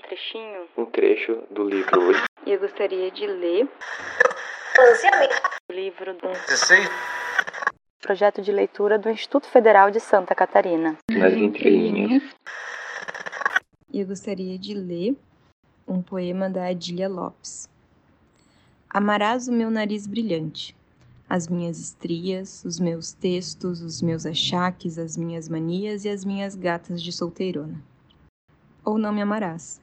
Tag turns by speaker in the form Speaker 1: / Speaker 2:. Speaker 1: trechinho
Speaker 2: um trecho do livro
Speaker 1: e eu gostaria de ler o livro do projeto de leitura do Instituto Federal de Santa Catarina.
Speaker 2: Nas Entrelinhas.
Speaker 1: E eu gostaria de ler um poema da Adília Lopes. Amarás o meu nariz brilhante, as minhas estrias, os meus textos, os meus achaques, as minhas manias e as minhas gatas de solteirona. Ou não me amarás,